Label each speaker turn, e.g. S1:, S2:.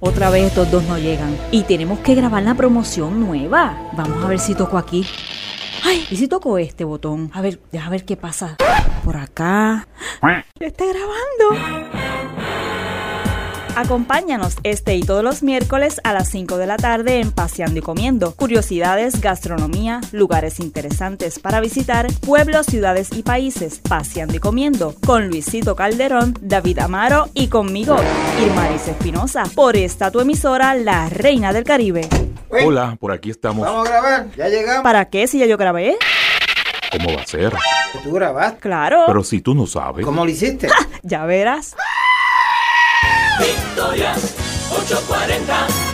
S1: Otra vez estos dos no llegan. Y tenemos que grabar la promoción nueva. Vamos a ver si toco aquí. Ay, ¿y si toco este botón? A ver, deja ver qué pasa. Por acá. Está grabando. Acompáñanos este y todos los miércoles a las 5 de la tarde en Paseando y Comiendo. Curiosidades, gastronomía, lugares interesantes para visitar, pueblos, ciudades y países. Paseando y Comiendo con Luisito Calderón, David Amaro y conmigo, Irmaris Espinosa, por esta tu emisora, la reina del Caribe.
S2: Hola, por aquí estamos.
S3: Vamos a grabar, ya llegamos.
S1: ¿Para qué si ya yo grabé?
S2: ¿Cómo va a ser?
S3: ¿Tú grabaste?
S1: Claro,
S2: Pero si tú no sabes.
S3: ¿Cómo lo hiciste?
S1: ya verás.
S4: Victorias 840.